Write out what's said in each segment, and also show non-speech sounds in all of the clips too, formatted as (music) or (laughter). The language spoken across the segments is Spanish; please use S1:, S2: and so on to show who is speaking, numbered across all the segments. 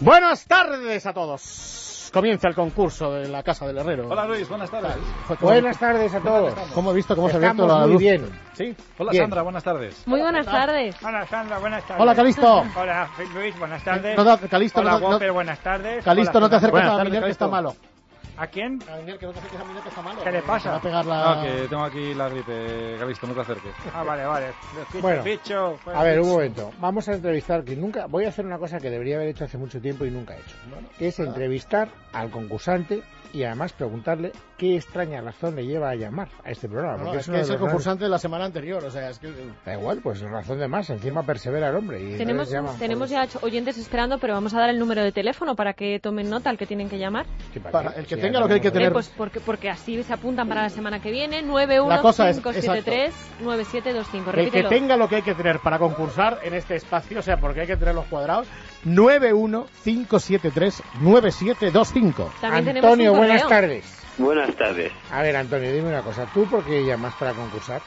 S1: Buenas tardes a todos. Comienza el concurso de la Casa del Herrero.
S2: Hola Luis, buenas tardes.
S3: Buenas tardes a todos.
S1: ¿Cómo he visto cómo se ha abierto
S3: Estamos
S1: la
S3: muy
S1: luz?
S3: bien.
S1: Sí.
S2: Hola
S3: Bien.
S2: Sandra, buenas tardes.
S4: Muy buenas tardes.
S5: Hola Sandra, buenas tardes.
S1: Hola, Calisto.
S5: Hola Luis, buenas tardes.
S1: No, no, Calisto,
S5: Hola
S1: no, no.
S5: Whopper, buenas tardes.
S1: Calisto,
S5: Hola,
S1: no te
S5: Fernando.
S1: acerques
S2: Buenas
S1: a
S2: tardes,
S1: Miguel que
S2: Calisto.
S1: está malo.
S5: ¿A quién?
S1: A Miguel, que no te acerques a Miguel que está malo. Ah,
S5: ¿Qué le pasa?
S1: Te va a pegar la...
S2: No, Ah, que tengo aquí la gripe, Galisto, no te acerques.
S5: Ah, vale, vale.
S3: Bueno,
S5: Bicho, pues,
S3: a ver, un momento. Vamos a entrevistar que nunca. Voy a hacer una cosa que debería haber hecho hace mucho tiempo y nunca he hecho. Que es entrevistar al concursante y además preguntarle qué extraña razón le lleva a llamar a este programa.
S1: No, no,
S3: porque
S1: es
S3: uno
S1: que
S3: de
S1: es el
S3: los grandes-
S1: concursante de la semana anterior, o sea, es que...
S3: Da igual, pues razón de más. Encima persevera el hombre. Y
S4: Tenemos,
S3: entonces llama. pues.
S4: tenemos
S3: Joder,
S4: ya ocho oyentes esperando, pero vamos a dar el número de teléfono para que tomen nota al que tienen que llamar.
S3: sí, ¿para
S1: para
S3: qué?
S1: el que
S3: Sí,
S1: tenga
S3: ahora
S1: lo que hay
S3: vamos
S1: que
S3: a-
S1: tener.
S4: Eh, pues porque, porque así se apuntan para la semana que viene.
S1: La cosa es-
S4: 91573-9725.
S1: El que
S4: pues, Repítelo.
S1: tenga lo que hay que tener para concursar en este espacio, o sea, porque hay que tener los cuadrados, 915739725.
S4: También tenemos
S3: Antonio,
S4: un correo.
S3: buenas tardes.
S6: Buenas tardes.
S3: A ver, Antonio, dime una cosa. ¿Tú por qué llamas para concursar?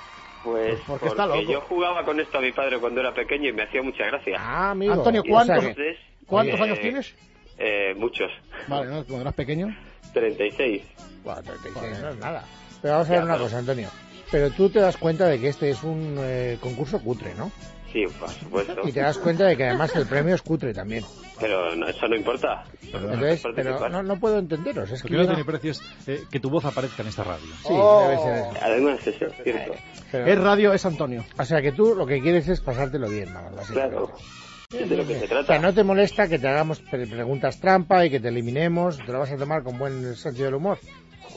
S6: Pues
S1: Pues porque está loco.
S6: yo jugaba con esto a mi padre cuando era pequeño y me hacía mucha gracia.
S3: Ah, amigo.
S1: Antonio,
S3: o sea
S1: ¿cuánto-
S3: que-
S6: Entonces,
S1: ¿Cuántos
S6: eh,
S1: años tienes?
S6: Eh, muchos.
S1: Vale, ¿no? cuando eras pequeño.
S6: 36.
S3: Bueno, 36
S1: Joder.
S3: no es nada. Pero vamos a ver
S6: Ya,
S3: una
S6: pero-
S3: cosa, Antonio. Pero tú te das cuenta de que este es un eh, concurso cutre, ¿no?
S6: Sí, por supuesto.
S3: Y te das cuenta de que además el premio es cutre también.
S6: Pero no, eso no importa.
S3: Entonces,
S6: Participar.
S3: pero no, no puedo entenderos.
S2: Lo
S3: Es que
S2: que no
S3: yo no-
S2: tiene precio es eh, que tu voz aparezca en esta radio.
S3: Sí,
S6: Oh.
S3: debe ser eso.
S6: Además, eso es cierto.
S3: Pero-
S1: Es radio, es Antonio.
S3: O sea que tú lo que quieres es pasártelo bien, nada más,
S6: Claro.
S3: básicamente.
S6: Es de lo que se
S3: O sea,
S6: trata.
S3: no te molesta que te hagamos pre- preguntas trampa y que te eliminemos, te lo vas a tomar con buen sentido del humor.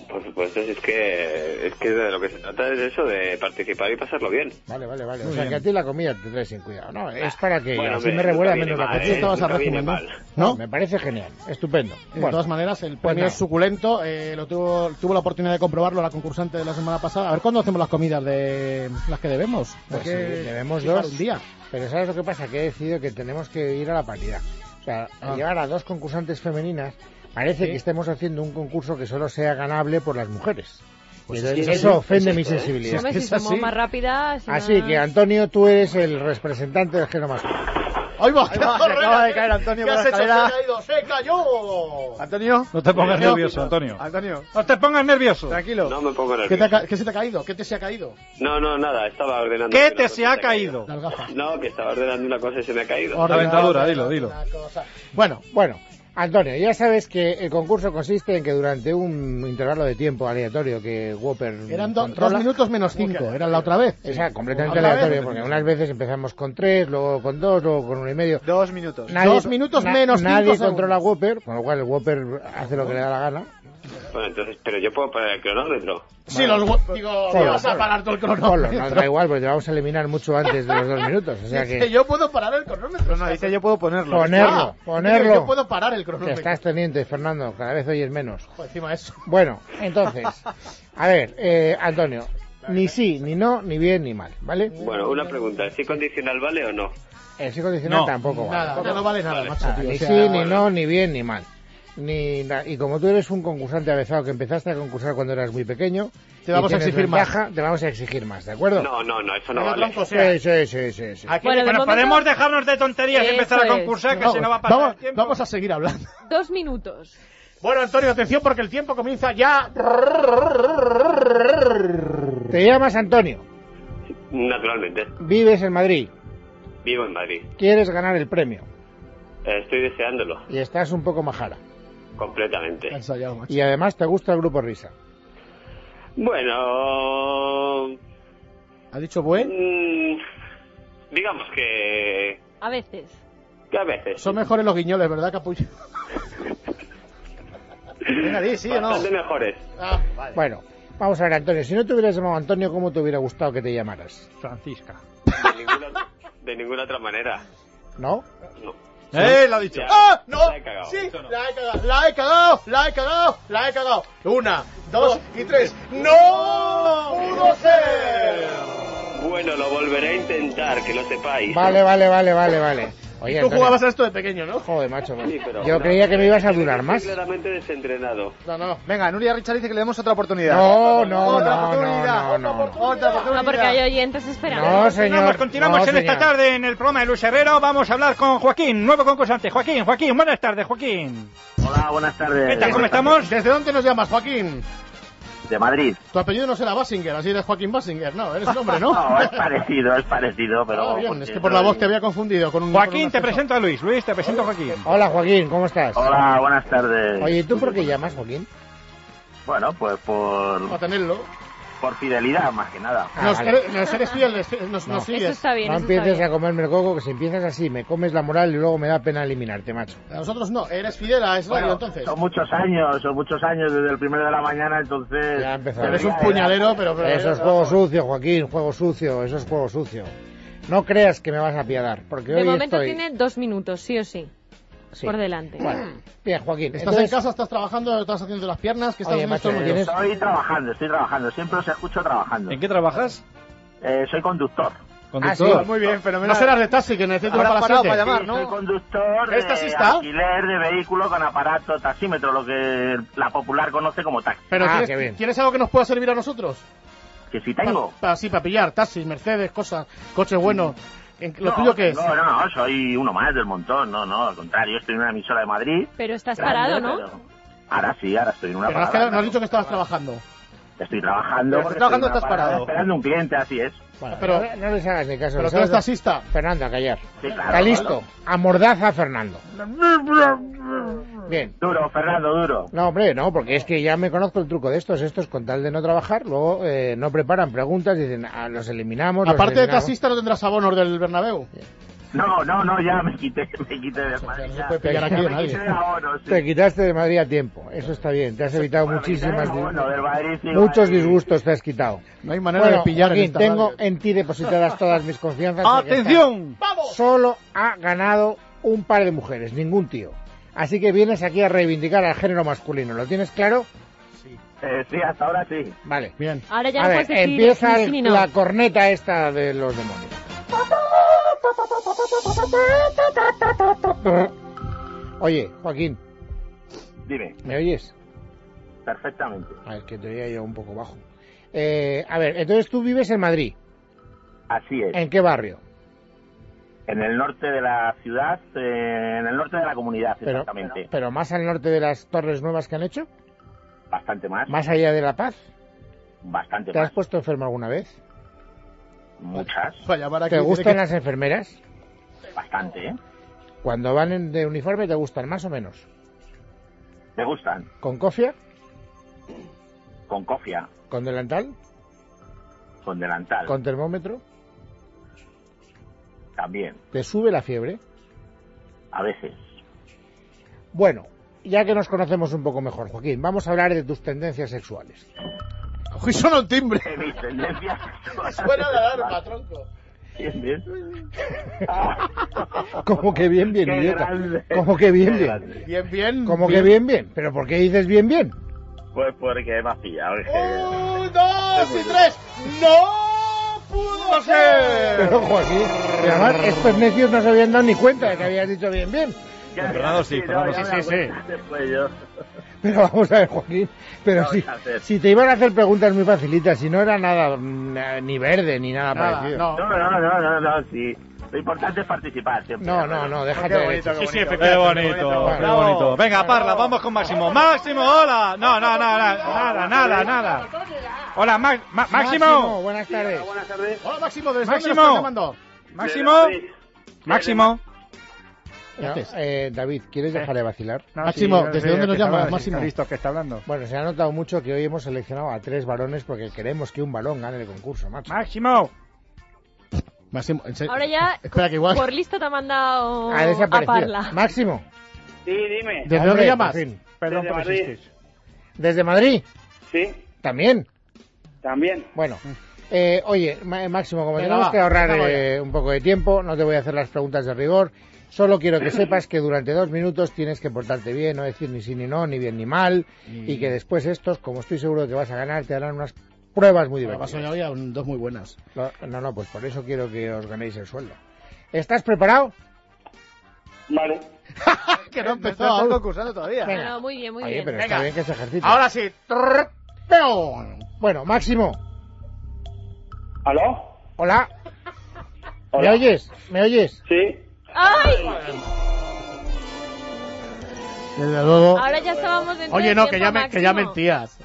S6: Por supuesto, es que, es que de lo que se trata es eso, de participar y pasarlo bien.
S3: Vale, vale, vale. o
S2: Muy
S3: sea
S2: bien.
S3: que a ti la comida te trae sin cuidado. No, es para que
S6: Bueno,
S3: así
S6: hombre,
S3: me revuelva
S6: nunca
S3: menos
S6: viene
S3: la
S6: mal,
S3: cocina.
S6: ¿eh?
S1: Estabas a
S6: nunca viene
S1: régimen, ¿no?
S6: mal.
S3: No,
S1: ¿No?
S3: Ah, me parece genial, estupendo.
S1: de
S3: Bueno.
S1: todas maneras, el premio
S3: nada.
S1: es suculento. eh, lo tuvo, tuvo la oportunidad de comprobarlo la concursante de la semana pasada. A ver cuándo hacemos las comidas de las que debemos.
S3: Pues
S1: Hay que
S3: sí, debemos
S1: fijar
S3: dos.
S1: un día.
S3: Pero ¿sabes lo que pasa? Que he decidido que tenemos que ir a la paridad. O sea,
S1: Ah.
S3: llevar a dos concursantes femeninas parece
S1: Sí.
S3: que estemos haciendo un concurso que solo sea ganable por las mujeres.
S1: Pues es
S3: Y
S1: que
S3: entonces
S1: es
S3: eso
S1: así,
S3: ofende
S6: es
S3: mi
S6: esto, ¿eh?
S3: sensibilidad.
S4: Hombre,
S1: Es que
S4: si
S1: es así.
S4: somos más rápidas. si
S3: Así
S4: no-
S3: Ah, que, Antonio, tú eres el representante del género masculino.
S1: ¡Ahí va!
S3: Ahí va, (laughs) se acaba de caer
S1: (laughs)
S3: Antonio
S1: ¿Qué
S3: por
S1: has
S3: la
S1: hecho? Se
S3: escalera.
S1: ha caído, ¡Se cayó!
S3: Antonio,
S2: No te pongas
S1: Antonio.
S2: nervioso, Antonio.
S1: Antonio,
S2: No te pongas nervioso.
S1: tranquilo.
S6: No me pongo
S1: ¿Qué, te ha
S6: nervioso.
S1: ca- qué se te ha caído? ¿Qué te se ha caído?
S6: No, no, nada, estaba ordenando.
S2: ¿Qué
S6: una
S2: te
S6: cosa y
S2: se ha caído?
S1: Las gafas.
S6: No, que estaba ordenando una cosa y se me ha caído.
S1: Ordenador,
S2: ventadura, dilo, dilo.
S1: una cosa.
S3: Bueno, bueno. Antonio, ya sabes que el concurso consiste en que durante un intervalo de tiempo aleatorio que Whopper
S1: Eran do- dos
S3: controla-
S1: minutos menos cinco. Era la otra vez.
S3: O sea, completamente
S1: Otra vez.
S3: aleatorio, porque unas veces empezamos con tres, luego con dos, luego con uno y medio.
S7: Dos minutos.
S1: Dos minutos menos cinco
S3: Nadie
S1: segundos.
S3: controla a Whopper, con lo cual el Whopper hace lo que le da la gana.
S6: Bueno, entonces, pero yo puedo poner el cronómetro.
S1: Sí, los gu- digo, me
S3: Solo,
S1: vas a
S3: solo.
S1: parar todo el
S3: Solo, no, da
S1: cronómetro.
S3: igual, porque te vamos a eliminar mucho antes de los dos minutos.
S1: (laughs)
S3: O sea
S1: Que
S3: que
S1: yo puedo parar el cronómetro.
S7: No, no, dice yo puedo ponerlo.
S1: Ah,
S3: ponerlo,
S1: digo, Yo
S3: ponerlo.
S1: puedo parar el
S3: Que
S1: cronómetro.
S3: estás teniente, Fernando, cada vez oyes menos.
S1: Joder, encima eso.
S3: Bueno,
S1: (laughs)
S3: entonces, a ver, eh, Antonio, ni sí, ni no, ni bien, ni mal, ¿vale?
S6: Bueno, una pregunta, ¿el sí condicional vale o no?
S3: El sí condicional
S2: No,
S3: tampoco vale.
S1: Nada, ya no vale nada, macho, tío.
S3: ni
S1: o sea,
S3: sí, ni no, ni bien, ni mal. Ni, na- y como tú eres un concursante avezado que empezaste a concursar cuando eras muy pequeño,
S1: Te vamos
S3: y
S1: a
S3: tienes
S1: exigir más.
S3: ventaja, Te vamos a exigir más, ¿de acuerdo?
S6: No, no, no, eso no
S1: Pero
S6: vale.
S1: tronco, o sea,
S3: sí, sí, sí, sí, sí.
S1: aquí-
S4: Bueno, de
S5: Pero
S4: momento-
S5: podemos dejarnos de tonterías y empezar a
S4: Eso es.
S5: concursar, que
S1: No,
S5: se nos va a pasar
S1: Pues, vamos,
S5: el tiempo.
S1: vamos a seguir hablando.
S4: Dos minutos.
S1: Bueno, Antonio, atención porque el tiempo comienza ya.
S3: Te llamas Antonio,
S6: Naturalmente,
S3: vives en Madrid,
S6: vivo en Madrid.
S3: quieres ganar el premio
S6: Eh, Estoy deseándolo,
S3: y estás un poco majara.
S6: completamente.
S1: Ensayado, macho.
S3: Y además te gusta el grupo Risa.
S6: Bueno,
S1: ¿Ha dicho buen?
S6: mm, digamos que,
S4: A veces.
S6: que a veces.
S1: Son mejores los guiñoles, ¿verdad, (laughs) Capullo?
S7: Venga, di, sí o no.
S6: Bastante mejores.
S1: Ah, vale.
S3: Bueno, vamos a ver, Antonio, si no te hubieras llamado Antonio, ¿cómo te hubiera gustado que te llamaras?
S2: Francisca.
S6: De ninguna, de ninguna otra manera.
S3: ¿No?
S6: No.
S2: ¡Eh! Lo ha dicho.
S6: Ya.
S1: ¡Ah! ¡No!
S6: La he cagado.
S1: ¡Sí!
S6: Eso no.
S1: ¡La he cagado! ¡La he cagado! ¡La he cagado! ¡La he cagado! Una, dos y tres. ¡No! ¡Pudo ser!
S6: Bueno, lo volveré a intentar, que lo sepáis.
S3: Vale, vale, vale, vale, vale. Oye,
S8: Tú
S3: Antonio,
S8: jugabas a esto de pequeño, ¿no?
S3: Joder, macho.
S6: Sí, pero-
S3: yo creía que no ibas a durar
S6: Estoy
S3: más.
S6: claramente desentrenado.
S8: No, no.
S7: Venga, Nuria Richard dice que le demos otra oportunidad.
S3: No, no,
S7: otra
S3: no, no, no,
S7: oportunidad.
S3: no. no.
S7: Otra oportunidad.
S4: No, porque hay oyentes
S3: No,
S4: esperando.
S5: Continuamos,
S3: señor.
S5: continuamos
S3: No,
S5: en esta
S3: señor.
S5: tarde en el programa de Luis Herrero. Vamos a hablar con Joaquín, nuevo concursante. Joaquín, Joaquín, buenas tardes, Joaquín.
S9: Hola, buenas tardes.
S5: ¿Qué tal, cómo estamos?
S8: ¿Desde dónde nos llamas, Joaquín?
S9: De Madrid.
S8: Tu apellido no será Basinger, así eres Joaquín Basinger, ¿no? Eres un hombre, ¿no?
S9: No, es parecido, es parecido, pero...
S8: Ah, bien, es
S9: porque
S8: que por la voz
S9: soy-
S8: te había confundido con un...
S5: Joaquín, te
S8: con un acento.
S5: presento a Luis. Luis, te presento a Joaquín.
S3: Hola, Joaquín, ¿cómo estás?
S9: Hola, buenas tardes.
S3: Oye, ¿y ¿tú por qué llamas, Joaquín?
S9: Bueno, pues por,
S8: Para tenerlo.
S9: por fidelidad, más que nada.
S3: Ah,
S8: nos,
S3: vale.
S8: eres, nos eres fiel, des- nos,
S3: No.
S8: nos
S4: Eso
S8: sigues.
S4: está bien,
S3: No
S4: eso está
S3: empieces
S4: bien.
S3: a comerme el coco, que si empiezas así me comes la moral y luego me da pena eliminarte, macho.
S8: A nosotros no, eres fiel a ese radio,
S9: Bueno,
S8: entonces.
S9: Son muchos años, son muchos años desde el primero de la mañana, entonces... eh,
S3: Ya ha empezado.
S8: Eres un puñalero, pero... pero-
S3: Eso es juego sucio, Joaquín, juego sucio, eso es juego sucio. No creas que me vas a piadar, porque
S4: De
S3: hoy
S4: momento
S3: estoy...
S4: tiene dos minutos, sí o sí,
S3: Sí.
S4: por delante.
S3: Bueno, (clears throat) bien, Joaquín.
S8: Estás
S3: entonces-
S8: en casa, estás trabajando, estás haciendo las piernas, ¿qué estás
S3: Oye,
S8: haciendo
S3: macho,
S8: estos
S3: ¿tienes-
S8: días?
S9: Estoy trabajando, estoy trabajando, siempre os escucho trabajando.
S2: ¿En qué trabajas?
S9: Eh, soy conductor.
S2: Conductor.
S8: Ah, Muy bien, fenomenal. No serás de taxi, que necesito una para las
S7: parado
S8: siete.
S7: para llamar,
S9: Sí, Soy
S7: ¿no?
S9: conductor de
S8: ¿Eres taxista?
S9: alquiler de vehículo con aparato taxímetro, lo que la popular conoce como taxi.
S8: Pero
S3: Ah,
S8: ¿tienes,
S3: qué bien.
S8: ¿tienes algo que nos pueda servir a nosotros?
S9: Que si tengo...
S8: Pa- pa- sí, para pillar, taxis, Mercedes, cosas, coches buenos. En- ¿Lo
S9: no,
S8: tuyo qué es?
S9: No, no, no, soy uno más del montón. No, no, al contrario, estoy en una emisora de Madrid.
S4: Pero estás
S9: Grande,
S4: parado, ¿no?
S9: pero Ahora sí, ahora estoy en una
S8: Pero no has, quedado- no has
S9: parada, claro.
S8: dicho que estabas trabajando.
S9: Estoy trabajando.
S7: Pero estás
S9: porque
S7: trabajando,
S9: estoy en una
S7: estás
S9: parada
S7: parado.
S9: Esperando un cliente, así es.
S3: Bueno,
S8: Pero-
S3: no, no les hagas ni caso.
S8: Pero
S3: les
S8: tú eres
S3: hagas-
S8: taxista.
S3: Fernando, a callar.
S9: Sí, claro.
S3: Calisto, amordaza a Fernando. Bien.
S9: Duro, Fernando, duro.
S3: No, hombre, no, porque es que ya me conozco el truco de estos. Estos, con tal de no trabajar, luego eh, no preparan preguntas, dicen, ah, los eliminamos. los
S8: Aparte de
S3: eliminamos.
S8: taxista, no tendrás abonos del Bernabéu.
S9: No, no, no, ya me quité, (laughs) me quité de
S8: sea, no se
S9: ya.
S8: puede pillar
S9: Ya
S8: aquí a
S9: me
S8: nadie.
S9: quité de abono, sí.
S3: Te quitaste de Madrid a tiempo. Eso está bien. Te has evitado
S9: Bueno, me quité
S8: ¿eh?
S9: de
S3: muchísimas.
S9: abono, del Madrid, sí,
S3: Muchos
S9: Madrid.
S3: disgustos te has quitado.
S8: No hay manera de pillar en
S3: Joaquín,
S8: esta
S3: tengo
S8: radio.
S3: en ti depositadas todas mis confianzas. porque
S2: ¡Atención!
S3: esta- Solo ha ganado un par de mujeres, ningún tío. Así que vienes aquí a reivindicar al género masculino. ¿Lo tienes claro?
S9: Eh, sí, hasta ahora sí.
S3: Vale.
S8: Bien.
S4: Ahora ya
S3: A
S4: no
S3: ver,
S4: puedes decir
S3: empieza
S4: ni sí
S3: el-
S4: ni no.
S3: la corneta esta de los demonios. Oye, Joaquín,
S9: Dime,
S3: ¿me oyes?
S9: perfectamente.
S3: A ver, que te oía yo un poco bajo. Eh, a ver, entonces tú vives en Madrid.
S9: Así es.
S3: ¿En qué barrio?
S9: En el norte de la ciudad, eh, en el norte de la comunidad,
S3: Pero,
S9: exactamente.
S3: pero más al norte de las torres nuevas que han hecho,
S9: Bastante más.
S3: más allá de La Paz.
S9: Bastante
S3: ¿Te has
S9: más.
S3: puesto enfermo alguna vez?
S9: Muchas.
S8: Para llamar aquí,
S3: ¿Te
S8: tiene
S3: gustan
S8: que-
S3: las enfermeras?
S9: Bastante, ¿eh?
S3: Cuando van en- de uniforme te gustan más o menos.
S9: Me gustan.
S3: ¿Con cofia?
S9: Con cofia,
S3: ¿Con delantal?
S9: con delantal.
S3: ¿Con termómetro?
S9: También,
S3: ¿Te sube la fiebre?
S9: a veces. (laughs)
S3: Bueno, ya que nos conocemos un poco mejor, Joaquín, vamos a hablar de tus tendencias
S9: (laughs)
S3: sexuales.
S8: Uy, suena un timbre.
S9: Eh, Mis tendencias.
S8: Suena la alarma, tronco.
S9: Bien, bien.
S3: Como que bien, bien,
S9: Qué
S3: idiota.
S9: grande.
S3: Como que bien,
S9: Qué
S3: bien.
S9: grande.
S8: Bien, bien.
S3: Como que bien, bien. ¿Pero por qué dices bien, bien?
S9: Pues porque me has pillado. es que-
S8: Un, dos y tres. ¡No pudo ser!
S3: Pero Joaquín, y además estos necios no se habían dado ni cuenta de que habías dicho bien, bien.
S9: Ya, ya,
S2: Fernando sí,
S9: no,
S2: Fernando
S9: ya
S2: sí,
S9: me
S2: sí, sí.
S9: acuerdo, después yo.
S3: Pero vamos a ver, Joaquín. Pero
S9: Vamos
S3: si,
S9: a hacer.
S3: si te iban a hacer preguntas muy facilitas, si no era nada, mm, ni verde, ni nada,
S8: Nada,
S3: parecido.
S8: no.
S9: No, no, no, no, no, sí. Lo importante es participar siempre.
S3: No, no, no, déjate
S8: Qué
S3: de
S8: bonito,
S3: leches.
S8: qué bonito.
S2: Qué bonito, qué
S3: Bravo.
S2: bonito. Venga, Parla, vamos con Máximo. Máximo, hola. No, no, no, no, nada, nada, nada.
S5: Hola, Ma- Ma- Máximo.
S3: Buenas tardes.
S6: Buenas tardes.
S8: Hola, Máximo, ¿desde
S5: Máximo.
S8: dónde estás llamando?
S5: Máximo. Máximo.
S3: No,
S8: haces?
S3: eh, David, ¿quieres dejar de vacilar?
S8: Máximo, ¿desde dónde nos llamas,
S5: llamas,
S8: Máximo?
S5: Listo, que está hablando.
S3: Bueno, se ha notado mucho que hoy hemos seleccionado a tres varones porque queremos que un varón gane el concurso, macho.
S5: Máximo.
S8: Máximo, en serio.
S4: Ahora ya,
S8: Espera, que igual.
S4: por listo te ha mandado
S3: Ha
S4: a
S3: desaparecido.
S4: Parla.
S3: Máximo.
S6: Sí, dime.
S8: ¿Desde
S3: hombre,
S8: dónde llamas?
S3: por fin.
S5: Perdón
S6: Desde
S5: por
S6: Madrid.
S5: insistir.
S3: ¿Desde Madrid?
S6: Sí,
S3: También.
S6: también.
S3: Bueno. Eh, oye, Ma- Máximo, como
S8: Venga,
S3: tenemos
S8: va,
S3: que ahorrar
S8: venga,
S3: eh, un poco de tiempo, no te voy a hacer las preguntas de rigor. Solo quiero
S8: (clears throat)
S3: que sepas que durante dos minutos tienes que portarte bien, no decir ni sí ni no, ni bien ni mal.
S8: Mm.
S3: Y que después estos, como estoy seguro de que vas a ganar, te harán unas pruebas muy
S8: Me
S3: divertidas.
S8: pasó ya hoy a un- dos muy buenas.
S3: No, no, no, pues por eso quiero que os ganéis el sueldo. ¿Estás preparado?
S6: Vale.
S1: que no empezó
S7: No estás
S1: aún.
S7: concursando todavía.
S3: Venga.
S4: No, muy bien, muy
S3: Oye,
S4: bien.
S3: pero
S8: Venga.
S3: está bien que se ejercite.
S8: Ahora sí. Trrr, peón.
S3: Bueno, Máximo,
S6: ¿Aló?
S3: hola. ¿Me
S6: Hola.
S3: oyes? ¿Me oyes?
S6: Sí.
S4: ¡Ay!
S1: Desde
S3: Oh.
S1: luego.
S4: Ahora ya estábamos dentro
S8: Oye,
S4: del
S8: no,
S4: tiempo
S8: que ya, me, que ya
S4: máximo.
S8: mentías.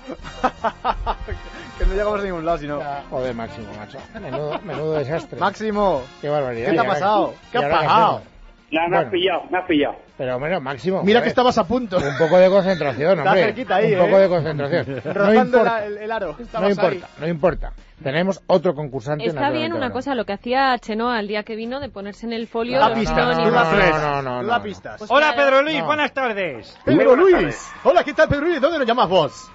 S7: que no llegamos a ningún lado, sino.
S3: Joder, Máximo, macho.
S7: (laughs)
S3: Menudo, menudo desastre.
S7: Máximo,
S3: Qué barbaridad.
S7: ¿qué te ha
S3: ¿Y ahora-
S7: pasado?
S3: y
S1: ¿Qué ha
S3: ahora
S1: pasado?
S3: hacemos?
S6: Nada, me
S3: Bueno.
S6: has pillado, me has pillado.
S3: Pero bueno, Máximo.
S1: Mira
S3: joder,
S1: que estabas
S7: (laughs)
S1: a punto.
S3: Un poco de concentración,
S7: Está
S3: hombre.
S7: cerquita ahí,
S3: un poco
S7: ¿eh?
S3: de concentración. No
S7: rozando
S3: importa.
S7: la- el, el aro.
S3: No
S7: Estabas ahí.
S3: importa, no importa. Tenemos otro concursante.
S4: Está bien
S3: naturalmente,
S4: una
S3: ahora.
S4: cosa, lo que hacía Chenoa el día que vino de ponerse en el folio.
S7: Da
S4: los
S7: pistas,
S4: sinónimos.
S7: tú da
S3: no,
S7: pistas.
S3: no, no,
S7: Tú
S3: no,
S7: da
S3: no.
S7: pistas.
S4: Pues
S5: Hola,
S4: claro.
S5: Pedro Luis,
S3: No.
S5: buenas tardes.
S1: Pedro
S6: Muy buenas
S1: Luis. Hola, ¿qué tal, Pedro Luis? ¿Dónde nos llamas vos?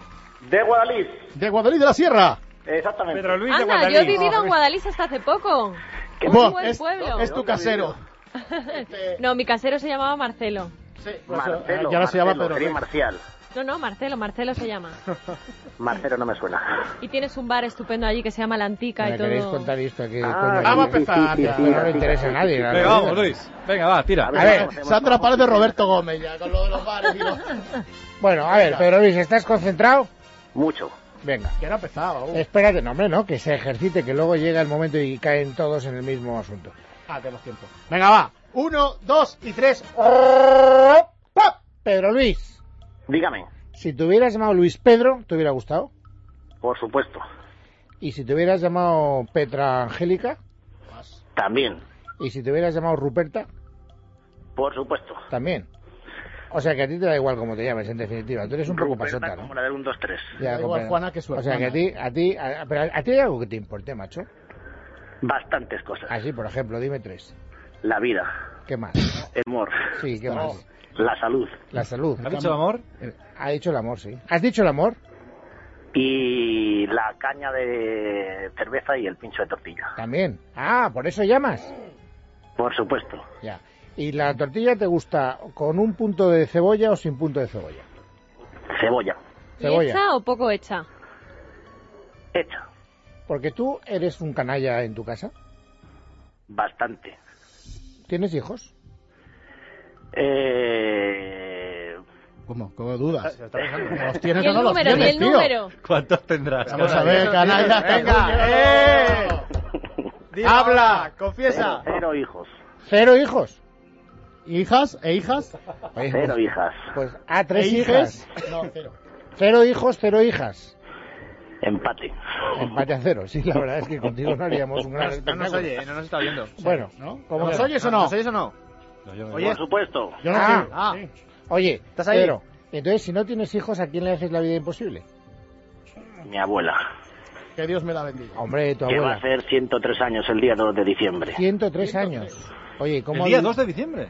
S6: De Guadalix,
S1: De Guadalí de la Sierra.
S6: exactamente.
S5: Pedro Luis de
S4: Anda, yo he
S5: Guadalix.
S4: vivido en Guadalix hasta hace poco.
S6: Qué
S4: Muy
S1: Vos,
S4: buen
S1: es,
S4: pueblo.
S1: es tu casero.
S4: No, mi casero se llamaba Marcelo.
S1: Sí, pues,
S9: Marcelo,
S1: eh, y ahora se llama
S9: Marcelo,
S1: Pedro
S9: quería
S1: Luis.
S9: Marcial.
S4: No, no, Marcelo, Marcelo se llama.
S9: Marcelo no me suena.
S4: Y tienes un bar estupendo allí que se llama La Antica
S3: Me
S4: y todo.
S3: queréis contar esto aquí.
S9: Ah,
S3: coño,
S1: Vamos a
S3: que-
S1: empezar. ya.
S3: que no le interesa a nadie. la
S2: Venga,
S3: verdad.
S2: vamos, Luis. Venga, va, tira.
S3: A ver,
S1: Sandra Pared de Roberto Gómez, ya, con lo de los bares y los...
S3: Bueno, a ver, Pedro Luis, ¿estás concentrado?
S9: Mucho.
S3: Venga.
S1: Que era pesado. uh.
S3: Espérate, no, hombre, no, que se ejercite, que luego llega el momento y caen todos en el mismo asunto.
S1: Ah, tenemos tiempo.
S8: Venga, va.
S1: Uno, dos y tres.
S3: ¡Pap! Pedro Luis,
S9: Dígame,
S3: si te hubieras llamado Luis Pedro, ¿te hubiera gustado?
S9: por supuesto.
S3: Y si te hubieras llamado Petra Angélica,
S9: También,
S3: y si te hubieras llamado Ruperta,
S9: por supuesto.
S3: también. O sea que a ti te da igual cómo te llames, en definitiva. Tú eres un poco
S9: Ruperta
S3: pasota, ¿no?
S9: como la del 1, 2, 3.
S3: Ya,
S1: Da igual
S3: comprendo.
S1: Juana que su
S3: O sea que a ti, a ti, a, pero a ti hay algo que te importe, macho.
S9: Bastantes cosas.
S3: Así, por ejemplo, dime tres.
S9: La vida,
S3: ¿Qué más?
S9: el amor,
S3: Sí, ¿qué más?
S9: la salud
S3: La salud. Eh,
S2: ¿Has dicho amor?
S3: Ha dicho el amor, sí. ¿Has dicho el amor?
S9: y la caña de cerveza y el pincho de tortilla.
S3: También. Ah, por eso llamas.
S9: Por supuesto,
S3: Ya. ¿Y la tortilla te gusta con un punto de cebolla o sin punto de cebolla?
S9: cebolla,
S4: ¿Y
S3: Cebolla.
S4: hecha o poco hecha?
S9: hecha,
S3: Porque tú eres un canalla en tu casa.
S9: bastante.
S3: ¿Tienes hijos?
S9: Eh,
S1: ¿Cómo? ¿Cómo dudas? ¿Los
S4: ¿Y
S1: tienes
S4: el
S1: o no los
S4: número? ¿Y
S1: tienes,
S4: el
S1: tío?
S4: número?
S2: ¿Cuántos tendrás?
S1: Vamos a ver, canalla.
S7: Venga, eh. Dilo,
S1: Habla.
S7: Confiesa.
S9: cero hijos,
S3: ¿Cero hijos?
S1: ¿Hijas e hijas?
S3: Oye,
S9: cero hijas.
S3: Pues, ah, tres
S1: ¿E
S3: hijas.
S1: No, cero.
S3: Cero hijos, cero hijas.
S9: Empate.
S3: Empate a cero. Sí, la verdad es que contigo no haríamos un
S7: No
S3: gran
S7: nos
S3: espectáculo.
S7: oye, no nos está oyendo.
S3: Bueno, ¿cómo
S1: ¿Nos
S3: que-
S1: oyes o no?
S7: ¿Nos oyes o no? Oye,
S9: Por supuesto.
S1: Yo no
S3: Ah.
S1: sé.
S7: ah,
S3: Oye,
S7: ¿Estás ahí?
S3: Pedro, entonces si no tienes hijos, ¿a quién le haces la vida imposible?
S9: Mi abuela,
S1: Que Dios me la bendiga.
S3: Hombre, tu
S9: que va
S3: abuela.
S9: a ser 103 años el día 2 de diciembre.
S3: 103 años. Oye, ¿y
S2: El
S3: ¿cómo,
S2: día
S3: vi-
S2: 2 de diciembre.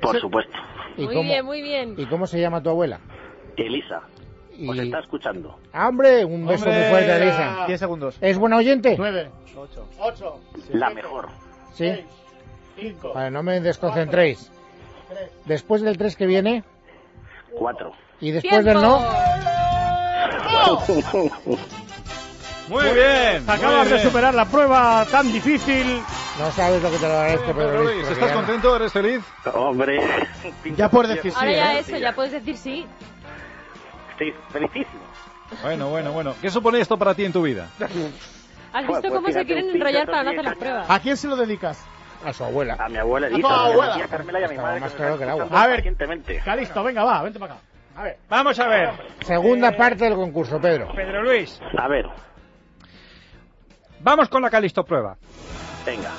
S9: Por supuesto.
S3: y
S4: Muy
S3: cómo-
S4: bien, muy bien.
S3: ¿Y cómo se llama tu abuela?
S9: Elisa,
S3: Y-
S9: os Pues está escuchando.
S3: Ah, hombre, un beso
S2: Hombre,
S3: muy fuerte, Elisa.
S7: 10 segundos.
S3: ¿Es buena oyente?
S1: Nueve. Ocho. Ocho.
S9: La mejor.
S3: Sí.
S1: Cinco.
S3: Vale, no me desconcentréis. Después del 3 que viene
S9: Cuatro.
S3: y después del
S4: ¡Tiempo!
S3: no,
S2: Muy bien.
S8: Acabas de superar la prueba tan difícil.
S3: no sabes lo que te lo agradezco, este Pedro Luis. porque
S2: ¿Estás
S3: ya no-
S2: contento? ¿Eres feliz?
S9: Hombre.
S1: Ya puedes decir sí,
S4: Ahora ya
S1: ¿eh?
S4: eso, ya puedes decir sí.
S9: Estoy felicísimo.
S2: Bueno, bueno, bueno. ¿Qué supone esto para ti en tu vida?
S4: ¿Has
S9: Pues,
S4: visto
S9: pues,
S4: cómo se
S9: fíjate,
S4: quieren
S9: un
S4: enrollar
S9: pinchazo
S4: para no
S9: bien
S4: hacer las
S9: cañado.
S4: pruebas?
S1: ¿A quién se lo dedicas?
S3: A su abuela.
S9: A mi abuela
S1: tu
S9: Elisa,
S1: abuela.
S9: a mi tía Carmela y a mi
S3: Estaba
S9: madre.
S3: más
S9: que me
S3: claro que el
S9: están
S3: agua.
S9: escuchando
S1: A ver.
S9: pacientemente.
S1: Calisto, venga, va, vente para acá.
S3: A ver.
S5: Vamos a ver,
S3: Segunda parte del concurso, Pedro.
S5: Pedro Luis.
S9: A ver,
S5: Vamos con la Calisto Prueba.
S9: venga.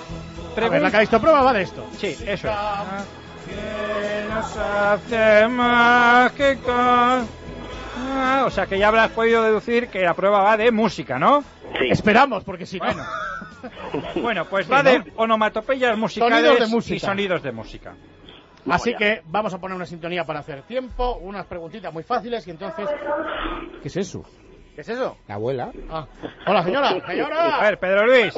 S1: A ver, la Calisto prueba va de esto.
S5: Sí, eso es. Que nos hace mágico. Ah, O sea que ya habrás podido deducir que la prueba va de música, ¿no?
S9: Sí.
S1: Esperamos, porque si no...
S5: Bueno. Bueno, pues va de onomatopeyas musicales
S1: Sonidos de
S5: y
S1: música.
S5: sonidos de música.
S9: Vamos
S1: Así
S9: allá.
S1: que vamos a poner una sintonía para hacer tiempo, unas preguntitas muy fáciles y entonces... ¿Qué es eso?
S7: ¿Qué es eso?
S3: La abuela.
S1: Ah. Hola, (laughs) señora.
S5: A
S1: Señora.
S5: ver, Pedro Luis,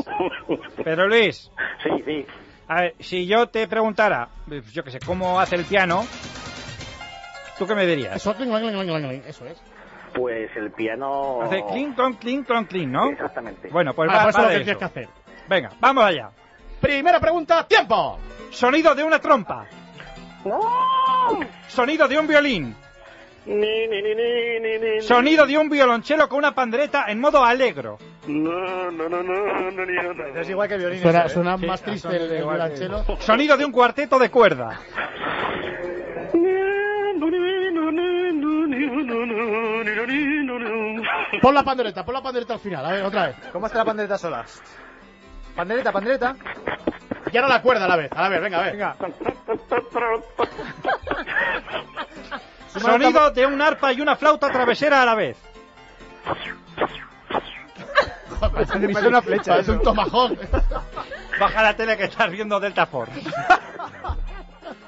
S5: Pedro Luis,
S9: Sí, sí.
S5: a ver, si yo te preguntara, pues, yo qué sé, cómo hace el piano, ¿tú qué me dirías?
S1: Eso, cling, cling, cling, cling, cling, eso es.
S9: Pues el piano.
S5: Hace clink, clonk, clink, clonk, clink, ¿no?
S9: Exactamente.
S5: Bueno, pues
S1: Vale,
S5: va,
S1: pues eso
S5: va
S1: es lo
S5: de
S1: que tienes que
S5: eso.
S1: hacer.
S5: Venga, vamos allá.
S1: Primera pregunta, tiempo.
S5: Sonido de una trompa. Sonido de un violín.
S6: Ni, ni, ni, ni, ni, ni, ni.
S5: Sonido de un violonchelo con una pandereta en modo alegro.
S6: No, no, no, no, no, no, no, no.
S10: Es igual que violín.
S1: Suena,
S10: ese, ¿eh?
S1: suena
S5: Sí,
S1: más triste
S5: suena
S1: el, el
S5: igual que-
S1: violonchelo.
S5: Sonido de un cuarteto de cuerda.
S1: Pon la pandereta, pon la pandereta al final. A ver, otra vez.
S10: ¿Cómo hace la pandereta sola? Pandereta, pandereta.
S1: Y ahora la cuerda a la vez. A la vez, venga, a ver.
S10: Venga.
S5: Sonido de un arpa y una flauta travesera a la vez.
S10: Parece una flecha.
S1: Es un
S10: (laughs)
S1: tomajón.
S5: Baja la tele que estás viendo Delta Force.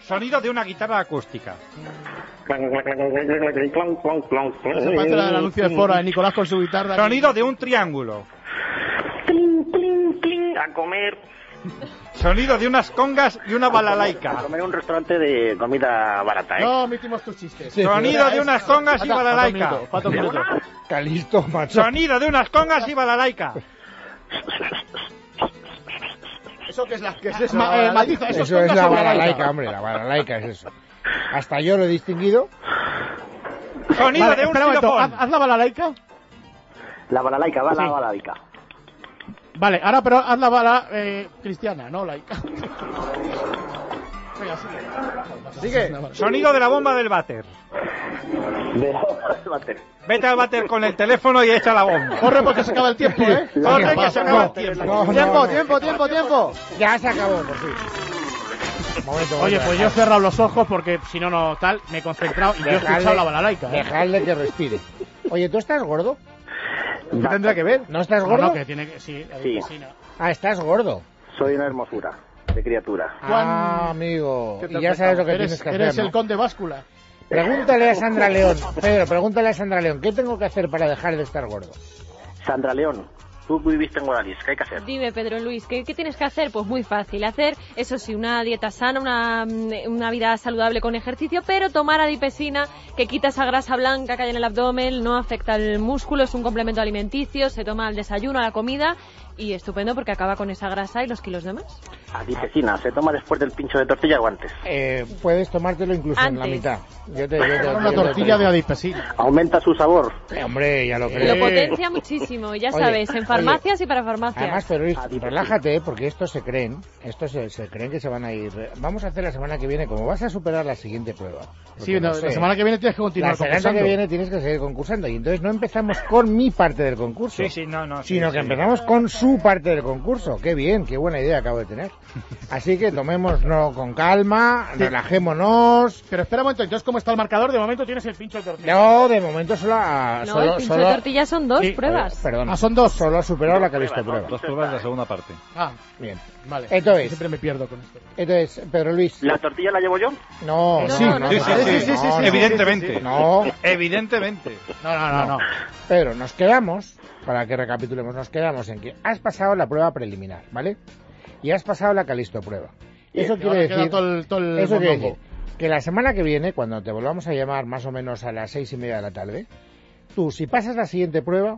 S5: Sonido de una guitarra acústica.
S1: Se parece la del anuncio de Fora de Nicolás con su guitarra.
S5: Sonido de un triángulo.
S9: Cling, cling, cling, a comer.
S5: Sonido de unas congas y una
S9: A
S5: balalaica.
S9: comer en un restaurante de comida barata, ¿eh?
S1: No, omitimos tus chistes.
S5: Sonido de unas congas
S1: Falta-
S5: y
S1: falta un
S5: balalaica.
S1: minuto, falta un minuto.
S3: Calisto, macho.
S5: Sonido de unas congas y balalaica.
S1: Eso que es la que es
S10: eso?
S1: ma- eh, matiza, eso,
S3: Eso es
S1: congas
S3: la
S1: o
S3: balalaica, hombre, la balalaica es eso. Hasta yo lo he distinguido.
S5: Sonido
S1: Vale,
S5: de un
S1: espera un momento, Ah, haz,
S5: xilofón.
S1: haz la balalaica.
S9: La balalaica, va la
S1: Sí.
S9: balalaica.
S1: Vale, ahora pero haz la bala eh, cristiana, no laica. (laughs) Venga, sigue.
S10: Sigue.
S5: Sonido de la bomba del váter.
S9: De la (laughs) bater.
S5: Vete al váter con el teléfono y echa la bomba.
S1: Corre porque se acaba el tiempo, ¿eh?
S5: Corre que se acaba el tiempo.
S3: No, no,
S10: Tiempo,
S3: no.
S10: tiempo, tiempo, tiempo.
S3: Ya se acabó, por fin. Momento,
S1: Oye,
S3: momento,
S1: pues yo he cerrado los ojos porque si no, no tal, me he concentrado y yo he
S3: Dejadle-
S1: escuchado la balalaica. ¿eh?
S3: Dejadle que respire. Oye, ¿tú estás gordo?
S10: ¿Qué tendrá que ver?
S3: ¿No estás
S1: No,
S3: gordo?
S1: no, que tiene que... Sí, ahí,
S9: Sí.
S1: sí, no.
S3: Ah, estás gordo.
S9: Soy una hermosura de criatura.
S3: Ah, amigo.
S10: ¿Qué te
S3: Y ya
S10: afecta?
S3: sabes lo que
S1: Eres,
S3: tienes que
S1: eres
S3: hacer.
S1: el
S3: ¿no?
S1: conde báscula.
S3: Pregúntale a Sandra León. Pedro, pregúntale a Sandra León. ¿Qué tengo que hacer para dejar de estar gordo?
S9: Sandra León, tú viviste en Guadalix, ¿qué hay que hacer?
S4: Dime, Pedro Luis, ¿qué, qué tienes que hacer? Pues muy fácil, hacer, eso sí, una dieta sana, una, mm, una vida saludable con ejercicio, pero tomar adipesina, que quita esa grasa blanca que hay en el abdomen, no afecta al músculo, es un complemento alimenticio, se toma al desayuno, a la comida, y estupendo porque acaba con esa grasa y los kilos de más.
S9: Adipecina, se toma después del pincho de tortilla o antes.
S3: Eh, puedes tomártelo incluso en la
S4: Antes.
S3: mitad. Yo te, yo te- yo
S1: Una
S3: te lo
S1: tortilla de
S3: digo.
S1: adipesina.
S9: Aumenta su sabor.
S3: Eh, hombre, ya lo creo.
S4: Lo potencia muchísimo, y ya
S3: Oye,
S4: sabes, en farmacias y para farmacias.
S3: Además, pero Luis,
S9: Adipecina.
S3: relájate, ¿eh? porque estos se creen, estos se, se creen que se van a ir. Vamos a hacer la semana que viene, como vas a superar la siguiente prueba. porque
S1: Sí, no, la
S3: lo sé,
S1: semana que viene tienes que continuar
S3: la semana que
S1: concursando.
S3: viene tienes que seguir concursando y entonces no empezamos con mi parte del concurso,
S5: Sí, sí, no, no. sí,
S3: sino
S5: sí.
S3: que empezamos con su parte del concurso. Qué bien, qué buena idea acabo de tener. Así que tomémoslo con calma, relajémonos.
S1: Pero espera un momento, entonces, ¿cómo está el marcador? De momento tienes el pincho de tortilla.
S3: No, de momento solo, a-
S4: no, el
S3: solo,
S4: pincho
S3: solo-
S4: de tortilla son dos
S1: Sí,
S4: pruebas.
S3: Perdón,
S1: Ah, son dos.
S3: solo ha superado la que ha visto
S9: Pruebas,
S3: prueba.
S2: Dos pruebas de la segunda parte.
S1: Ah,
S3: Bien.
S1: vale.
S3: Entonces-
S1: Siempre me pierdo con esto.
S3: Entonces, Pedro Luis,
S9: ¿La tortilla la llevo yo?
S3: no, no,
S4: Sí,
S3: no, no,
S2: Sí, sí,
S3: no,
S2: sí,
S3: no,
S2: sí, sí,
S3: no,
S2: sí,
S3: no.
S2: evidentemente.
S3: No,
S2: Evidentemente.
S1: No, no, no, no.
S3: Pedro, nos quedamos, para que recapitulemos, nos quedamos en que has pasado la prueba preliminar, ¿vale? Y has pasado la calisto prueba. Eso
S1: Y
S3: quiere
S1: ahora queda
S3: decir,
S1: todo el- todo el
S3: eso quiere
S1: mondongo.
S3: decir que la semana que viene, cuando te volvamos a llamar más o menos a las seis y media de la tarde, tú si pasas la siguiente prueba,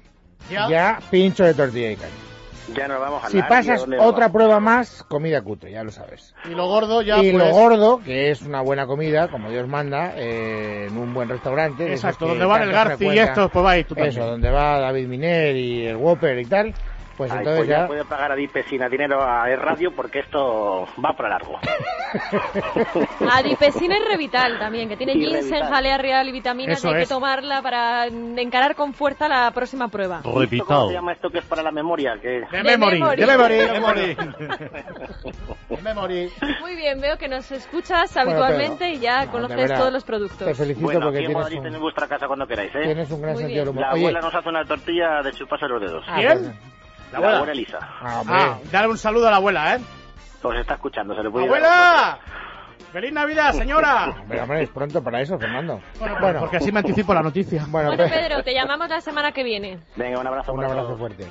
S3: ya,
S1: Ya.
S3: pincho de tortilla y caña.
S9: Ya nos vamos a
S3: Si pasas otra prueba más, comida cutre, ya lo sabes.
S1: Y lo gordo ya.
S3: y
S1: pues,
S3: lo gordo, que es una buena comida, como Dios manda, eh, en un buen restaurante. de esos
S1: Exacto,
S3: que
S1: donde van el
S3: tanto
S1: Garci y
S3: frecuentan.
S1: estos, pues vais tú
S3: Eso,
S1: también.
S3: donde va David Miner y el Whopper y tal, pues
S9: Ay,
S3: entonces
S9: pues ya
S3: ya...
S9: puede pagar a Dipesina dinero a Es radio porque esto va para largo.
S4: Adipesina y Revital también, que tiene
S9: Y
S4: ginseng,
S9: Revital.
S4: jalea real y vitamina
S1: Eso
S4: que hay
S1: es.
S4: que tomarla para mm, encarar con fuerza la próxima prueba.
S3: Oh.
S9: ¿Esto ¿Cómo se llama esto que es para la memoria? Que
S1: De memory, de memory, de memory. De memory.
S4: Muy bien, veo que nos escuchas
S3: Bueno, Pues,
S4: habitualmente
S3: Pedro,
S4: y ya
S3: no,
S4: Ah, conoces
S3: de verdad,
S4: todos los
S3: Te
S4: productos.
S3: felicito
S9: bueno,
S3: porque
S9: aquí en
S3: tienes
S9: Madrid tenéis
S3: un,
S9: vuestra casa cuando queráis, ¿eh?
S3: tienes un gran
S4: Muy
S3: sentido del humor.
S9: La
S3: Oye,
S9: abuela nos hace una tortilla de chuparse los dedos.
S3: ah,
S1: ¿Quién?
S3: perdón.
S9: La
S1: abuela.
S9: abuela, Elisa.
S3: Ah, hombre.
S1: Ah, dale un saludo a la abuela, ¿eh?
S9: Os está escuchando, se le puede
S1: ¡Abuela! ¡Feliz Navidad, señora!
S3: Hombre, hombre, es pronto para eso, Fernando.
S1: Bueno, pues,
S3: Bueno.
S1: porque así me anticipo la noticia.
S3: Bueno, pues,
S4: Bueno, Pedro, te llamamos la semana que viene.
S9: Venga, un abrazo.
S3: un
S9: para
S3: abrazo
S9: todos.
S3: fuerte.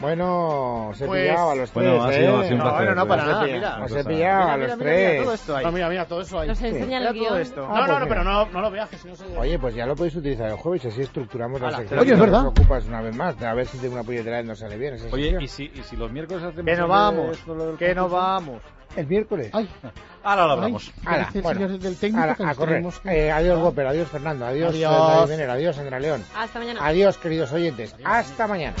S3: Bueno, se
S1: Pues-
S3: pillaba a los tres.
S2: Bueno, ha sido-
S3: ¿eh?
S2: ha sido un
S3: No,
S2: placer.
S5: bueno, no, para
S2: Una
S5: nada,
S2: cosa-
S5: mira.
S2: una
S3: os he
S2: cosa-
S3: pillado Ah,
S5: mira,
S3: a los
S5: mira, mira,
S3: tres.
S5: todo esto ahí.
S1: No, Ah, mira, mira, todo eso ahí.
S4: Nos
S3: Sí.
S4: enseña
S5: Mira
S4: el
S5: todo
S4: guión.
S5: esto.
S3: Ah,
S1: No, no,
S3: pues
S1: no, pero
S3: mira.
S1: no, no lo viajes, si no se...
S3: Oye, pues ya lo podéis utilizar el jueves, así estructuramos la
S5: Ala,
S3: sección.
S11: oye, es
S3: que
S11: verdad.
S3: nos ocupas una vez más, a ver si de una puñetera vez nos sale bien. esa
S2: Oye,
S3: sección.
S2: ¿y si, y si los miércoles hacemos...
S5: Que
S2: el
S5: no
S2: de-
S5: vamos,
S2: esto, lo del
S5: que no
S2: concurso?
S5: vamos.
S3: el miércoles.
S11: Ay,
S12: Ahora lo
S11: ay,
S12: hablamos.
S3: Ala,
S11: dice el
S3: Ah, bueno.
S11: señor del técnico
S3: Ala,
S11: que
S3: a
S11: nos
S3: correr.
S11: tenemos que-
S3: Eh, adiós, Goper, adiós, Fernando, adiós,
S11: Adiós.
S3: David Venera, adiós, Sandra León.
S4: Hasta mañana.
S3: Adiós, queridos oyentes. Hasta mañana.